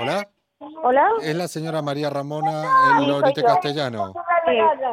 Hola, Hola. es la señora María Ramona, Sí, el soy Lorete yo. Castellano. Sí.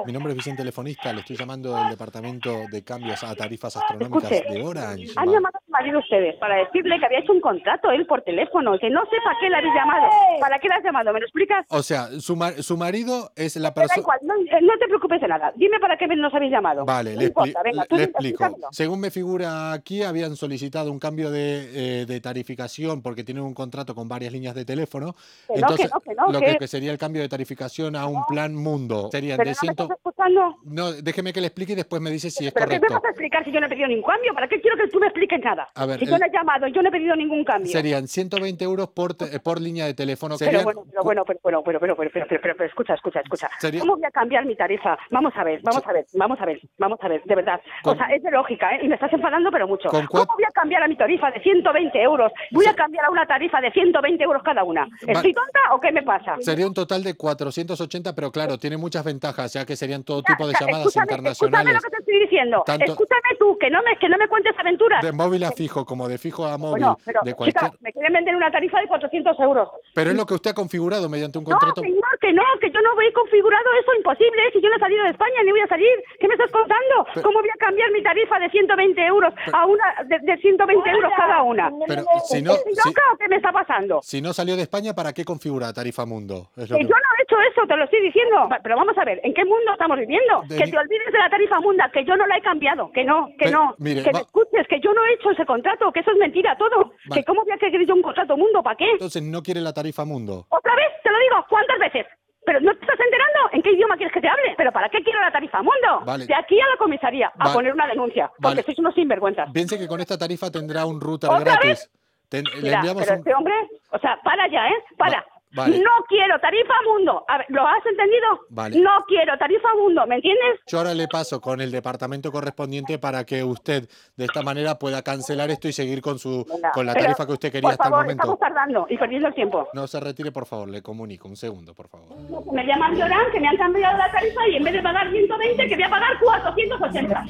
Mi nombre es Vicente Telefonista, le estoy llamando del Departamento de Cambios a Tarifas Astronómicas Escuche, de Orange. Han llamado a mi marido ustedes para decirle que había hecho un contrato él por teléfono, que no sé para qué le habéis llamado. ¿Para qué le has llamado? ¿Me lo explicas? O sea, su, mar- su marido es la Me da persona... igual, no, eh, no te preocupes de nada. Dime para qué nos habéis llamado. Vale, No le, expli- importa, venga, le- tú le di- explico. explícamelo. Según me figura aquí, habían solicitado un cambio de, eh, de tarificación porque tienen un contrato con varias líneas de teléfono. Que no, que Entonces, no, que no, lo que, que- que sería el cambio de tarificación a un plan mundo. Serían de Pero no me 100... estás escuchando. No, déjeme que le explique y después me dice si es ¿Pero qué me correcto. vas a explicar si yo no he pedido ningún cambio? ¿Para qué quiero que tú me expliques nada? A ver, si yo el- no he llamado, yo no he pedido ningún cambio. Serían 120 euros por, te- eh, por línea de teléfono. Pero Serían- bueno, pero bueno, pero bueno, pero, pero, pero, pero, pero, pero, pero, escucha, escucha, escucha. Sería- ¿Cómo voy a cambiar mi tarifa? Vamos a ver, vamos Sí. a ver, vamos a ver, vamos a ver, de verdad. O Con- sea, es de lógica, ¿eh? Y me estás enfadando, pero mucho. Con cua- ¿Cómo voy a cambiar a mi tarifa de 120 euros? Voy Sí. a cambiar a una tarifa de 120 euros cada una. ¿Estoy tonta o qué me pasa? Sería un total de 480, pero claro, tiene muchas ventajas, ya que serían todo Ya, tipo de ya, llamadas escúchame, Escúchame internacionales, lo que te estoy diciendo. Tanto- Escúchame tú, que no me, que no me cuentes aventuras. de móvil a fijo, como de fijo a móvil, Bueno, pero, de chica, cualquier. me quieren vender una tarifa de 400 euros. Pero es lo que usted ha configurado mediante un No, contrato. señor, que no, que yo no voy configurado eso, imposible. Si yo no he salido de España, ni voy a salir. ¿Qué me estás contando? Pero- ¿Cómo voy a cambiar mi tarifa de 120 euros a una de, de 120 euros cada una? Pero si no, ¿Estoy si, loca o qué me está pasando? si no salió de España, ¿para qué configura Tarifa Mundo? Es lo Que que- yo no he hecho eso, te lo estoy diciendo. Va- Pero vamos a ver, ¿en qué mundo estamos viviendo? De que ni- te olvides de la tarifa munda, que yo no la he cambiado, que no, que Pe- no. mire, que va- me escuches, que yo no he hecho ese contrato, que eso es mentira todo. Vale. Que cómo voy a querer yo un contrato mundo, ¿para qué? Entonces no quiere la Tarifa Mundo. Otra vez, te lo digo, ¿cuántas veces? Pero no te estás enterando en qué idioma quieres que te hable. Pero ¿para qué quiero la tarifa mundo? Vale. De aquí a la comisaría a Vale. poner una denuncia, porque Vale. sois unos sinvergüenzas. Piense que con esta tarifa tendrá un router ¿Otra gratis. vez? Ten- le Mira, enviamos pero un. este hombre, o sea, para ya, ¿eh? Para. Va- vale. No quiero tarifa mundo. A ver, ¿lo has entendido? Vale. No quiero tarifa mundo, ¿me entiendes? Yo ahora le paso con el departamento correspondiente para que usted de esta manera pueda cancelar esto y seguir con su Venga, con la pero, tarifa que usted quería por hasta el favor, momento. Estamos tardando y perdiendo el tiempo. No se retire, por favor, le comunico. Un segundo, por favor. Me llaman lloran que me han cambiado la tarifa y en vez de pagar 120, que voy a pagar 480.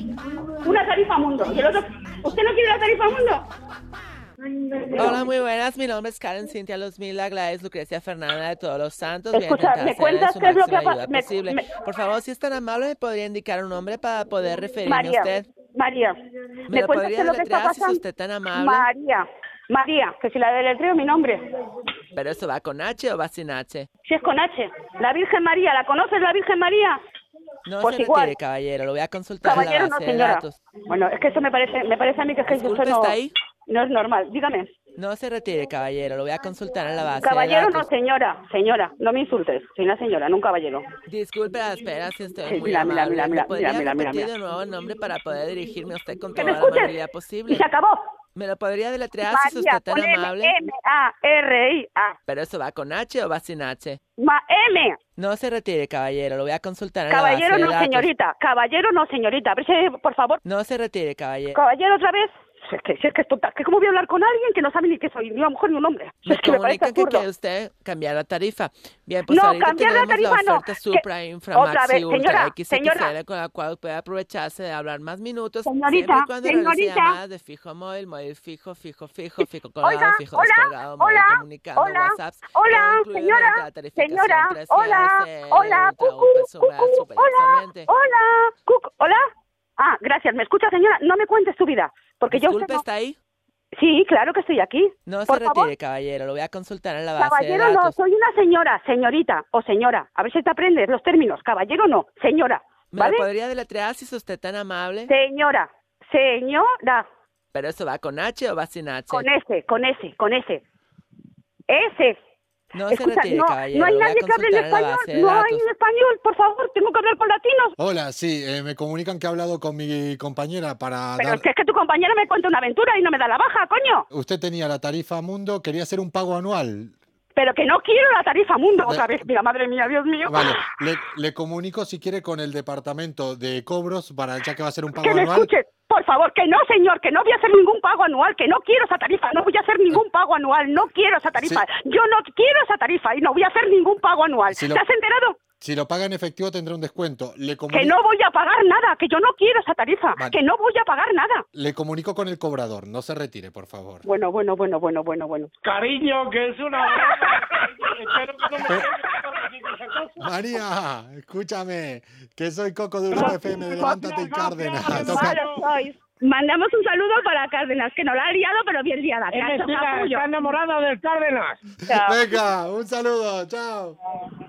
Una tarifa mundo. Y el otro, ¿usted no quiere la tarifa mundo? Hola, muy buenas. Mi nombre es Karen Cintia Los Mil, Gladys Lucrecia Fernanda de Todos los Santos. Escucha, ¿me cuentas qué es lo que ha pa- me- posible. me- Por favor, si es tan amable, ¿me podría indicar un nombre para poder referirme María, a usted? María, ¿Me ¿me lo cuentas qué podría es lo que está deletrear si es pasando? usted tan amable? María, María, que si la deletreo mi nombre, Pero eso va con H o va sin H. si es con H. La Virgen María, ¿la conoces la Virgen María? No Pues se igual. retire, caballero. Lo voy a consultar Caballero en la no, base de señora. datos. Bueno, es que eso me parece, me parece a mí que es que Disculpe, eso no, ¿está ahí? no es normal. Dígame. No se retire, caballero. Lo voy a consultar en la base Caballero no, de datos. señora, señora, no me insultes. Soy una señora, no un caballero. Disculpe la espera si estoy Sí, muy mira, mira, amable. mira, mira, ¿Me podría mira, mira, mira, repetir mira. de nuevo el nombre para poder dirigirme a usted con ¡Que me toda la amabilidad escuches! posible? Y se acabó. ¿Me lo podría deletrear si es María, usted con tan M, amable? M, A, R, I, A. Pero eso va con H o va sin H. Ma, M, No se retire, caballero. Lo voy a consultar en la base Caballero de no, datos. señorita. Caballero no, señorita. A ver si, por favor. No se retire, caballero. Caballero otra vez. Si es que, si es que es tonta. que ¿Cómo voy a hablar con alguien que no sabe ni qué soy? Ni una mujer ni un hombre. Si Me es que me parece comunica que absurdo. quiere usted cambiar la tarifa. Bien, pues No, ahorita cambiar la tenemos tarifa no. oferta Que- Supra, Infra, Otra Maxi, vez, Ultra, señora, XXL, señora. con la cual puede aprovecharse de hablar más minutos. siempre Señorita, y cuando realice señorita. llamadas de fijo a móvil, móvil fijo, fijo, fijo, fijo colgado, Oiga, fijo hola, descolgado, móvil hola, comunicando, hola, WhatsApps, todo hola, incluido dentro de señora, la tarificación señora, 3GS, hola, hola, Ultra, cucú, Ultra, cucú, Supra, Super hola, Excelente. hola, cucú, hola. Ah, gracias, ¿me escucha, señora? No me cuentes tu vida, porque yo... Disculpe, usted no- ¿está ahí? Sí, claro que estoy aquí. No se Por retire, favor. caballero. Lo voy a consultar en la base Caballero de no, datos. soy una señora, señorita o señora. A ver si te aprendes los términos. Caballero no, señora. ¿Me lo ¿Vale? podría deletrear si es usted tan amable? Señora, señora, Pero eso va con H o va sin H. con S, con S, con S. S. No se Escucha, retire, no, caballero. no hay lo voy a nadie que hable en consultar en la español. base de No hay datos. en español, por favor, tengo que hablar con latinos. Hola, sí, eh, me comunican que ha hablado con mi compañera para Pero dar... es que, es que tu compañera me cuenta una aventura y no me da la baja, coño. Usted tenía la tarifa Mundo, quería hacer un pago anual. Pero que no quiero la tarifa mundo Ve- otra vez. Mira, madre mía, Dios mío. Vale, le, le comunico si quiere con el departamento de cobros para ya que va a ser un pago Que me anual. escuche, por favor, que no, señor, que no voy a hacer ningún pago anual, que no quiero esa tarifa, no voy a hacer ningún pago anual, no quiero esa tarifa, yo no quiero esa tarifa y no voy a hacer ningún pago anual. Si lo- ¿Te has enterado? Si lo paga en efectivo tendrá un descuento. Le Que comunico, no voy a pagar nada, que yo no quiero esa tarifa, Vale. que no voy a pagar nada. le comunico con el cobrador, no se retire, por favor. Bueno, bueno, bueno, bueno, bueno, bueno. Cariño, que es una broma. espero que no me María, escúchame, que soy Coco de Europa FM, de levántate y Cárdenas. Ah, Toca- Claro. Malos sois. Mandamos un saludo para Cárdenas, que no la ha liado, pero bien liada. Es Cacho, decir, capullo. está enamorada del Cárdenas. Chao. Venga, un saludo, chao.